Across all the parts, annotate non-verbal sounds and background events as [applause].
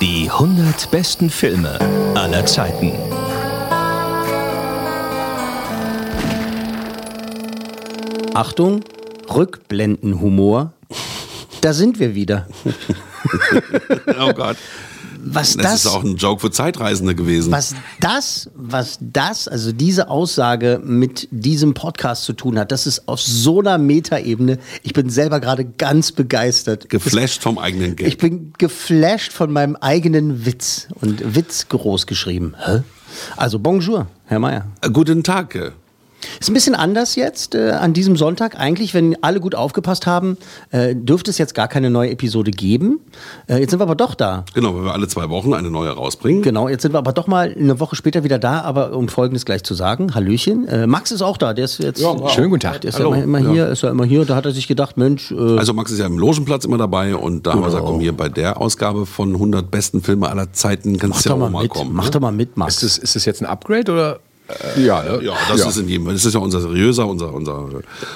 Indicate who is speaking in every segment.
Speaker 1: Die 100 besten Filme aller Zeiten. Achtung, Rückblendenhumor. Da sind wir wieder.
Speaker 2: Oh Gott.
Speaker 1: Was
Speaker 2: Das,
Speaker 1: das,
Speaker 2: ist auch ein Joke für Zeitreisende gewesen.
Speaker 1: was das, was das, also diese Aussage mit diesem Podcast zu tun hat, das ist auf so einer Metaebene. Ich bin selber gerade ganz begeistert.
Speaker 2: Geflasht vom eigenen Geld.
Speaker 1: Ich bin geflasht von meinem eigenen Witz und Witz groß geschrieben. Hä? Also bonjour, Herr Meier.
Speaker 2: Äh, Guten Tag. äh.
Speaker 1: Ist ein bisschen anders jetzt äh, an diesem Sonntag. Eigentlich, wenn alle gut aufgepasst haben, äh, dürfte es jetzt gar keine neue Episode geben. Äh, jetzt sind wir aber doch da.
Speaker 2: Genau, weil wir alle zwei Wochen eine neue rausbringen.
Speaker 1: Genau, jetzt sind wir aber doch mal eine Woche später wieder da, aber um Folgendes gleich zu sagen. Hallöchen. Äh, Max ist auch da, der ist jetzt. äh,
Speaker 2: Ja, wow.
Speaker 3: Schönen guten Tag.
Speaker 1: Der ist ja
Speaker 2: Hallo.
Speaker 1: immer, immer
Speaker 2: Ja.
Speaker 1: hier, ist ja immer hier. Da hat er sich gedacht, Mensch, äh,
Speaker 2: Also Max ist ja im Logenplatz immer dabei und da haben wir gesagt,
Speaker 1: Genau.
Speaker 2: komm hier bei der Ausgabe von 100 besten Filme aller Zeiten kannst
Speaker 1: mach
Speaker 2: du ja
Speaker 1: doch
Speaker 2: auch
Speaker 1: mal
Speaker 2: mal
Speaker 1: mit.
Speaker 2: kommen.
Speaker 1: mach
Speaker 2: ne?
Speaker 1: doch mal mit, Max.
Speaker 3: Ist das, ist das jetzt ein Upgrade oder? ja, ne?
Speaker 2: Ja, das ist in jedem Fall. Das ist ja unser seriöser, unser, unser.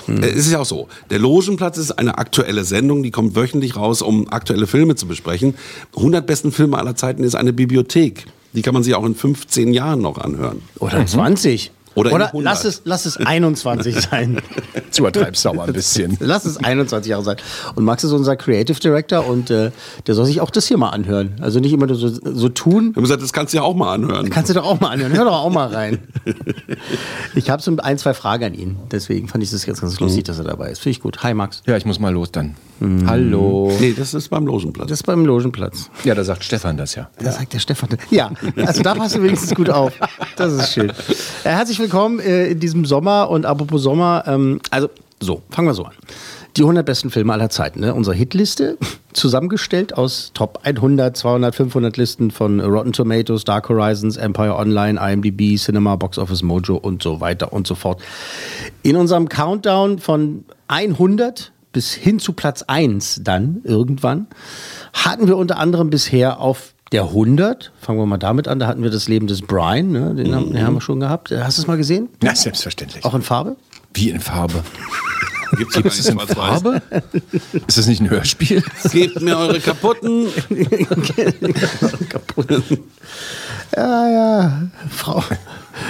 Speaker 1: Hm.
Speaker 2: Äh, Es ist ja auch so. Der Logenplatz ist eine aktuelle Sendung, die kommt wöchentlich raus, um aktuelle Filme zu besprechen. 100 besten Filme aller Zeiten ist eine Bibliothek. Die kann man sich auch in 15 Jahren noch anhören.
Speaker 1: Oder 20.
Speaker 2: Oder in 100.
Speaker 1: lass, es, lass es 21 sein.
Speaker 3: Du übertreibst auch mal ein bisschen.
Speaker 1: Lass es 21 Jahre sein. Und Max ist unser Creative Director und äh, der soll sich auch das hier mal anhören. Also nicht immer nur so, so tun.
Speaker 2: Wir haben gesagt, das kannst du ja auch mal anhören.
Speaker 1: Kannst du doch auch mal anhören. Hör doch auch mal rein. Ich habe so ein, zwei Fragen an ihn. Deswegen fand ich das ganz, ganz lustig, dass er dabei ist. Finde ich gut. Hi Max.
Speaker 3: [laughs] Ja, ich muss mal los dann. Hallo.
Speaker 2: nee, das ist beim Logenplatz.
Speaker 1: Das ist beim Logenplatz.
Speaker 3: Ja, da sagt Stefan das ja.
Speaker 1: Da sagt der Stefan. Ja, also da passt du wenigstens gut auf. Das ist schön. Äh, herzlich willkommen äh, in diesem Sommer und apropos Sommer, ähm, also so, fangen wir so an. Die 100 besten Filme aller Zeiten, ne? unsere Hitliste, zusammengestellt aus Top 100, 200, 500 Listen von Rotten Tomatoes, Dark Horizons, Empire Online, IMDb, Cinema, Box Office Mojo und so weiter und so fort. In unserem Countdown von 100 bis hin zu Platz 1 dann irgendwann hatten wir unter anderem bisher auf der 100, fangen wir mal damit an, da hatten wir das Leben des Brian, ne? den, haben, den haben wir schon gehabt. Äh, Hast du es mal gesehen?
Speaker 3: Na, selbstverständlich.
Speaker 1: Auch in Farbe?
Speaker 3: Wie in Farbe.
Speaker 2: Gibt's Gibt es in [laughs]
Speaker 3: Farbe? Ist das nicht ein Hörspiel?
Speaker 2: Gebt mir eure kaputten.
Speaker 1: Ja, ja, Frau, [laughs]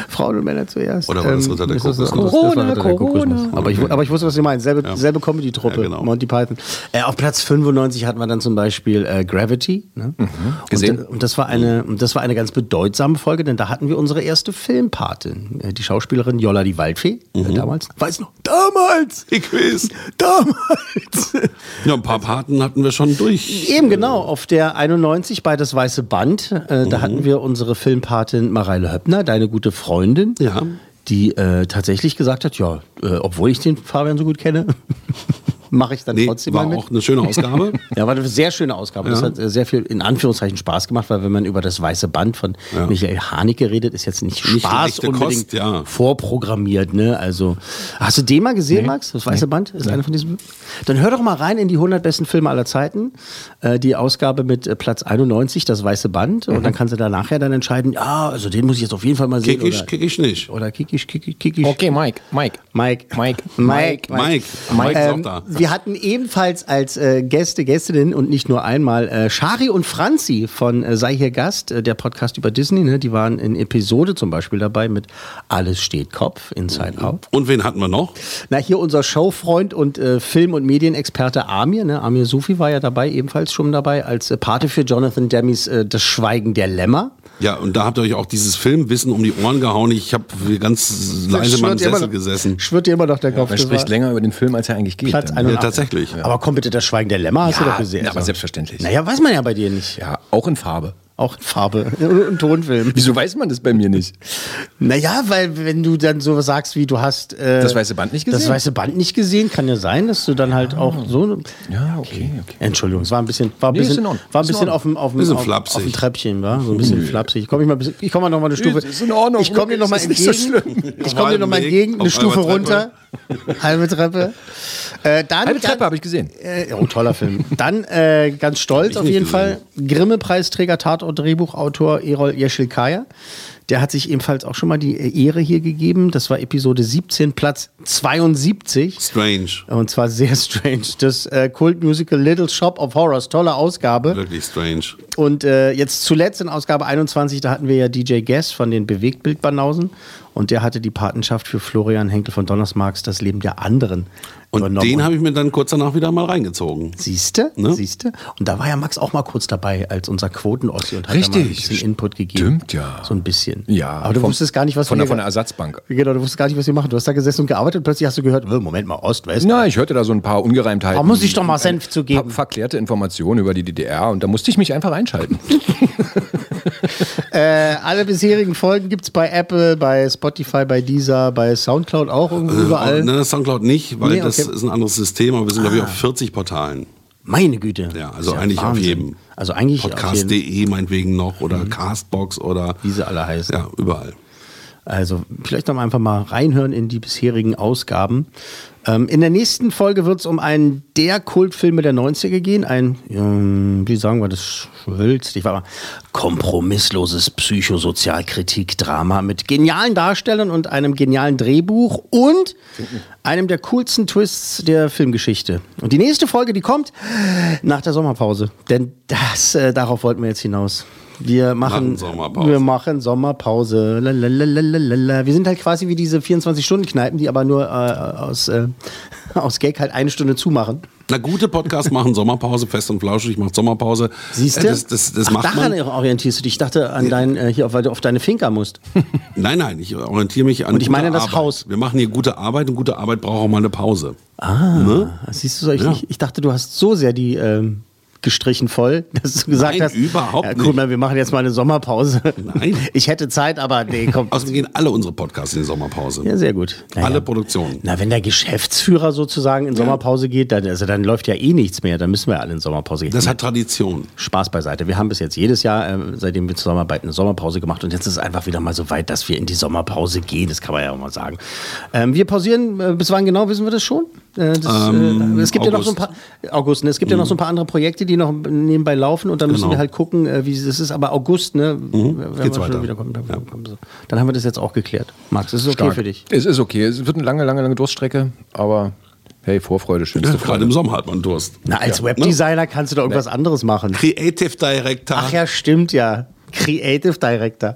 Speaker 1: Frauen und Männer zuerst.
Speaker 2: Oder war das unter der
Speaker 1: ist das- das
Speaker 2: Kokosnuss?
Speaker 1: war
Speaker 3: Corona,
Speaker 1: unter der Kokosnuss.
Speaker 3: Corona.
Speaker 1: Aber ich, wu- aber ich wusste, was ihr meint. Selbe, selbe Comedy-Truppe,
Speaker 2: Ja, genau.
Speaker 1: Monty Python. Äh, auf Platz 95 hatten wir dann zum Beispiel äh, Gravity. Ne?
Speaker 3: Mhm. Gesehen.
Speaker 1: Und, und, das war eine, und das war eine ganz bedeutsame Folge, denn da hatten wir unsere erste Filmpatin. Äh, Die Schauspielerin Jolla die Waldfee, äh,
Speaker 2: Mhm.
Speaker 1: damals. Weiß noch, damals!
Speaker 2: Ich weiß.
Speaker 1: Damals!
Speaker 2: Ja, ein paar Paten hatten wir schon durch.
Speaker 1: Eben genau, auf der 91 bei Das Weiße Band, äh,
Speaker 2: Mhm.
Speaker 1: da hatten wir unsere Filmpatin Mareile Höppner, deine gute Freundin,
Speaker 2: Ja.
Speaker 1: die äh, tatsächlich gesagt hat, ja, äh, obwohl ich den Fabian so gut kenne, [laughs] mache ich dann
Speaker 2: Nee,
Speaker 1: trotzdem
Speaker 2: war
Speaker 1: mal mit.
Speaker 2: auch eine schöne
Speaker 1: [laughs]
Speaker 2: Ausgabe.
Speaker 1: Ja, war eine sehr schöne Ausgabe. Das hat äh, sehr viel in Anführungszeichen Spaß gemacht, weil wenn man über das weiße Band von Michael Haneke redet, ist jetzt nicht
Speaker 2: Nicht
Speaker 1: Spaß
Speaker 2: leichte
Speaker 1: unbedingt
Speaker 2: Kost, ja.
Speaker 1: vorprogrammiert. Ne? Also hast du den mal gesehen, Max? Das weiße Band ist einer von diesen. Dann hör doch mal rein in die 100 besten Filme aller Zeiten. Äh, die Ausgabe mit äh, Platz 91, das weiße Band.
Speaker 2: Mhm.
Speaker 1: Und dann kannst du da nachher dann entscheiden. Ja, also den muss ich jetzt auf jeden Fall mal sehen.
Speaker 2: Kick ich,
Speaker 1: oder,
Speaker 2: kick ich nicht.
Speaker 1: oder kikisch, kikisch, kikisch.
Speaker 3: [laughs] Okay, Mike, Mike.
Speaker 1: Mike.
Speaker 3: Mike.
Speaker 1: Mike.
Speaker 2: Mike. Mike ist auch
Speaker 1: Ähm,
Speaker 2: da.
Speaker 1: wir hatten ebenfalls als äh, Gäste, Gästinnen und nicht nur einmal äh, Shari und Franzi von äh, Sei hier Gast, äh, der Podcast über Disney. Ne? Die waren in Episode zum Beispiel dabei mit Alles steht Kopf, Inside Out.
Speaker 2: Und wen hatten wir noch?
Speaker 1: Na, hier unser Showfreund und äh, Film- und Medienexperte Amir. Ne? Amir Sufi war ja dabei, ebenfalls schon dabei, als äh, Pate für Jonathan Demis äh, Das Schweigen der Lämmer.
Speaker 2: Ja, und da habt ihr euch auch dieses Filmwissen um die Ohren gehauen. Ich habe ganz leise in meinem
Speaker 1: Schwirrt immer
Speaker 2: Sessel
Speaker 1: noch-
Speaker 2: gesessen.
Speaker 1: Schwirrt dir immer noch der Kopf.
Speaker 3: Man
Speaker 1: das
Speaker 3: spricht
Speaker 1: war
Speaker 3: länger über den Film, als er eigentlich geht.
Speaker 1: Platz
Speaker 3: dann.
Speaker 1: 81.
Speaker 2: Ja, tatsächlich.
Speaker 1: Aber komm bitte, Das Schweigen der Lämmer hast du
Speaker 3: Ja,
Speaker 1: doch gesehen.
Speaker 3: aber selbstverständlich.
Speaker 1: Naja, weiß man ja bei dir nicht.
Speaker 3: Ja, auch in Farbe.
Speaker 1: Auch in Farbe [laughs] und, und Tonfilm.
Speaker 3: Wieso weiß man das bei mir nicht?
Speaker 1: Naja, weil wenn du dann sowas sagst, wie du hast äh,
Speaker 3: Das weiße Band nicht gesehen? Ah.
Speaker 1: das weiße Band nicht gesehen, kann ja sein, dass du dann halt auch so.
Speaker 3: Ja, okay, okay.
Speaker 1: Entschuldigung, es war ein bisschen, war ein
Speaker 3: Nee, ist
Speaker 1: bisschen,
Speaker 3: in Ordnung.
Speaker 1: war ein
Speaker 3: Ist in
Speaker 1: bisschen
Speaker 3: Ordnung.
Speaker 1: auf dem, auf dem,
Speaker 2: Bisschen
Speaker 1: auf, auf
Speaker 2: flapsig.
Speaker 1: dem Treppchen, war so ein bisschen flapsig. Ich komme mal, ein bisschen- ich komm mal noch mal eine Stufe.
Speaker 3: ist in Ordnung,
Speaker 1: Ich komme dir noch mal
Speaker 3: ist nicht so
Speaker 1: entgegen. Ich komme dir noch mal
Speaker 2: Auf
Speaker 1: entgegen, eine
Speaker 2: halber
Speaker 1: Stufe
Speaker 2: Treppe.
Speaker 1: runter, halbe Treppe. Äh, dann
Speaker 3: Halbe
Speaker 1: ganz-
Speaker 3: Treppe habe ich gesehen.
Speaker 1: äh, oh, toller Film. [laughs] Dann äh, ganz stolz
Speaker 2: ich
Speaker 1: auf
Speaker 2: nicht
Speaker 1: jeden
Speaker 2: gesehen.
Speaker 1: Fall Grimme-Preisträger, Tatort-Drehbuchautor Erol Yeşilkaya. Der hat sich ebenfalls auch schon mal die äh, Ehre hier gegeben. Das war Episode 17, Platz 72.
Speaker 2: Strange.
Speaker 1: Und zwar sehr [laughs] strange. Das äh, Kult-Musical Little Shop of Horrors. Tolle Ausgabe.
Speaker 2: Wirklich strange.
Speaker 1: Und äh, jetzt zuletzt in Ausgabe 21, da hatten wir ja DJ Guess von den Bewegtbildbanausen. Und der hatte die Patenschaft für Florian Henkel von Donnersmarks, das Leben der anderen.
Speaker 2: Und den habe ich mir dann kurz danach wieder mal reingezogen.
Speaker 1: Siehste,
Speaker 2: Ne?
Speaker 1: siehste. Und da war ja Max auch mal kurz dabei als unser Quotenossi und hat da mal ein
Speaker 3: Richtig.
Speaker 1: bisschen Input gegeben.
Speaker 3: Stimmt ja.
Speaker 1: So ein bisschen.
Speaker 3: Ja,
Speaker 1: Aber du
Speaker 3: vom-
Speaker 1: wusstest gar nicht, was
Speaker 3: von
Speaker 1: wir
Speaker 3: der- von der Ersatzbank.
Speaker 1: Genau, du wusstest gar nicht, was wir machen. Du hast da gesessen und gearbeitet und plötzlich hast du gehört, "Äh, Moment mal, Ost, West.
Speaker 3: Na, ich hörte da so ein paar Ungereimtheiten.
Speaker 1: Da muss ich doch mal Senf
Speaker 3: Ich
Speaker 1: zugeben.
Speaker 3: habe verklärte Informationen über die DDR und da musste ich mich einfach einschalten.
Speaker 1: Äh, alle bisherigen Folgen gibt es bei Apple, bei Spotify, bei Deezer, bei Soundcloud auch irgendwo überall.
Speaker 2: Äh, ne, Soundcloud nicht, weil
Speaker 1: Nee,
Speaker 2: das
Speaker 1: okay. Ah.
Speaker 2: ist ein anderes System, aber wir sind, glaube ich, auf 40 Portalen.
Speaker 1: Meine Güte.
Speaker 2: Ja, also
Speaker 1: Ist
Speaker 2: eigentlich auf
Speaker 1: Wahnsinn.
Speaker 2: jedem.
Speaker 1: Also eigentlich auf jeden. Mhm.
Speaker 2: Podcast.de E meinetwegen noch oder Castbox oder.
Speaker 1: Wie sie alle heißen.
Speaker 2: Ja, überall.
Speaker 1: Also vielleicht noch mal einfach mal reinhören in die bisherigen Ausgaben. Ähm, in der nächsten Folge wird es um einen der Kultfilme der 90er gehen. Ein, ähm, wie sagen wir das, schwülstig, war mal, kompromissloses Psychosozialkritik-Drama mit genialen Darstellern und einem genialen Drehbuch und einem der coolsten Twists der Filmgeschichte. Und die nächste Folge, die kommt nach der Sommerpause. Denn das, äh, darauf wollten wir jetzt hinaus. Wir machen,
Speaker 2: Machen Sommerpause.
Speaker 1: wir machen Sommerpause. La, la, la, la, la, la, la. Wir sind halt quasi wie diese 24-Stunden-Kneipen, die aber nur äh, aus, äh, [laughs] aus Gag halt eine Stunde zumachen.
Speaker 2: Na, gute
Speaker 1: [laughs]
Speaker 2: Podcasts machen Sommerpause, fest und flauschig macht Sommerpause.
Speaker 1: Siehst du?
Speaker 2: Äh, Das, das, das
Speaker 1: Ach,
Speaker 2: macht
Speaker 1: daran
Speaker 2: man.
Speaker 1: orientierst du dich. Ich dachte an dein, äh, hier, weil du auf deine Finca
Speaker 2: [laughs]
Speaker 1: musst.
Speaker 2: Nein, nein, ich orientiere mich an.
Speaker 1: Und ich meine
Speaker 2: gute
Speaker 1: das
Speaker 2: Arbeit.
Speaker 1: Haus.
Speaker 2: Wir machen hier gute Arbeit und gute Arbeit braucht auch mal eine Pause.
Speaker 1: Ah, siehst du, so, ich,
Speaker 2: Ja.
Speaker 1: ich, ich dachte, du hast so sehr die ähm, gestrichen voll, [laughs] dass du gesagt
Speaker 2: Nein,
Speaker 1: hast,
Speaker 2: überhaupt
Speaker 1: ja, guck
Speaker 2: nicht.
Speaker 1: mal, wir machen jetzt mal eine Sommerpause.
Speaker 2: Nein.
Speaker 1: [laughs] Ich hätte Zeit, aber nee, komm.
Speaker 2: Außerdem gehen alle unsere Podcasts in die Sommerpause.
Speaker 1: Ja, sehr gut. Naja.
Speaker 2: Alle Produktionen.
Speaker 1: Na, wenn der Geschäftsführer sozusagen in Sommerpause geht, dann, also dann läuft ja eh nichts mehr. Dann müssen wir alle in Sommerpause gehen.
Speaker 2: Das
Speaker 1: [laughs]
Speaker 2: hat Tradition.
Speaker 1: Spaß beiseite. Wir haben bis jetzt jedes Jahr, ähm, seitdem wir zusammenarbeiten, eine Sommerpause gemacht. Und jetzt ist es einfach wieder mal so weit, dass wir in die Sommerpause gehen. Das kann man ja auch mal sagen. Ähm, wir pausieren. Äh, bis wann genau wissen wir das schon? Äh, das,
Speaker 2: Ähm,
Speaker 1: äh, es gibt ja noch so ein paar August. Ne? Es gibt ja noch so ein paar andere Projekte, die noch nebenbei laufen. Und dann müssen
Speaker 2: Genau. Mhm.
Speaker 1: wir halt gucken, äh, wie es das ist. Aber August, ne? Wenn
Speaker 2: Geht's
Speaker 1: wir schon
Speaker 2: weiter.
Speaker 1: wiederkommen, dann, dann haben wir das jetzt auch geklärt. Max, ist es okay für dich?
Speaker 3: Es ist okay. Es wird eine lange, lange, lange Durststrecke, aber hey, Vorfreude, schönste
Speaker 2: Gerade
Speaker 3: Freude.
Speaker 2: im Sommer hat man Durst.
Speaker 1: Na, als
Speaker 2: Ne?
Speaker 1: Webdesigner kannst du doch irgendwas anderes machen.
Speaker 2: Creative Director.
Speaker 1: Ach ja, stimmt ja. Creative Director.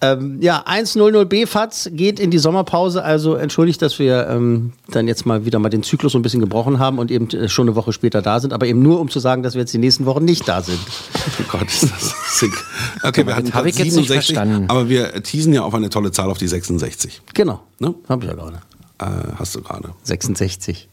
Speaker 1: Ähm, ja, 100b Fatz geht in die Sommerpause. Also entschuldigt, dass wir ähm, dann jetzt mal wieder mal den Zyklus so ein bisschen gebrochen haben und eben äh, schon eine Woche später da sind. Aber eben nur, um zu sagen, dass wir jetzt die nächsten Wochen nicht da sind.
Speaker 2: Oh [laughs] Gott, ist das sick. Okay, wir hatten
Speaker 3: hab
Speaker 2: gerade
Speaker 3: ich jetzt nicht
Speaker 2: 67,
Speaker 3: verstanden.
Speaker 2: aber wir teasen ja auf eine tolle Zahl auf die 66.
Speaker 1: Genau.
Speaker 2: Ne?
Speaker 1: Hab ich ja gerade.
Speaker 2: Äh, hast du gerade.
Speaker 1: 66.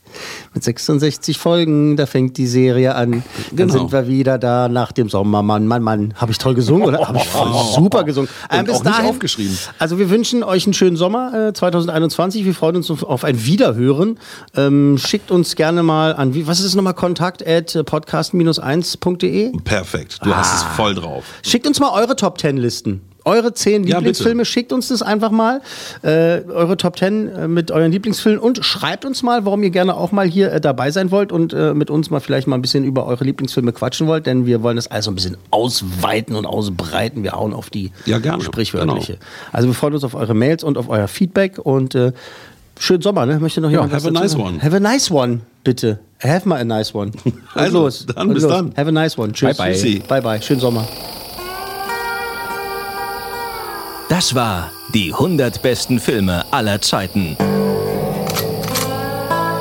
Speaker 1: Mit 66 Folgen, da fängt die Serie an. Dann
Speaker 2: Genau.
Speaker 1: sind wir wieder da nach dem Sommer. Mann, Mann, Mann. Habe ich toll gesungen, oder? Habe ich voll super gesungen. Ähm,
Speaker 3: Oh. Und auch nicht aufgeschrieben.
Speaker 1: Also wir wünschen euch einen schönen Sommer äh, 2021. Wir freuen uns auf- auf ein Wiederhören. Ähm, schickt uns gerne mal an, wie, was ist es nochmal, kontakt at podcast-1.de.
Speaker 2: Perfekt. Du hast es voll drauf.
Speaker 1: Schickt uns mal eure Top 10 Listen. Eure zehn
Speaker 2: Ja,
Speaker 1: Lieblingsfilme, schickt uns das einfach mal. Äh, eure Top 10 äh, mit euren Lieblingsfilmen und schreibt uns mal, warum ihr gerne auch mal hier äh, dabei sein wollt und äh, mit uns mal vielleicht mal ein bisschen über eure Lieblingsfilme quatschen wollt, denn wir wollen das alles so ein bisschen ausweiten und ausbreiten. Wir hauen auf die
Speaker 2: Ja, gerne. Genau.
Speaker 1: sprichwörtliche. Also wir freuen uns auf eure Mails und auf euer Feedback und äh, schönen Sommer, ne? Möchte noch jemand was
Speaker 2: have a
Speaker 1: dazu
Speaker 2: nice
Speaker 1: sagen?
Speaker 2: one.
Speaker 1: Have a nice one, bitte. Have mal a nice
Speaker 2: [laughs]
Speaker 1: one. Und
Speaker 2: Also,
Speaker 1: los.
Speaker 2: dann,
Speaker 1: und
Speaker 2: bis
Speaker 1: los.
Speaker 2: dann.
Speaker 1: Have a nice one. Tschüss.
Speaker 3: Bye, bye.
Speaker 2: Tschüssi.
Speaker 1: Bye, bye. Schönen Sommer.
Speaker 4: Das war die 100 besten Filme aller Zeiten.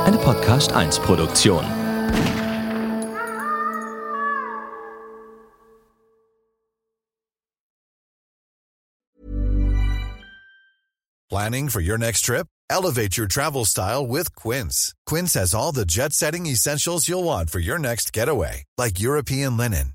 Speaker 4: Eine Podcast 1 Produktion.
Speaker 5: Planning for your next trip? Elevate your travel style with Quince. Quince has all the jet setting essentials you'll want for your next getaway, like European linen,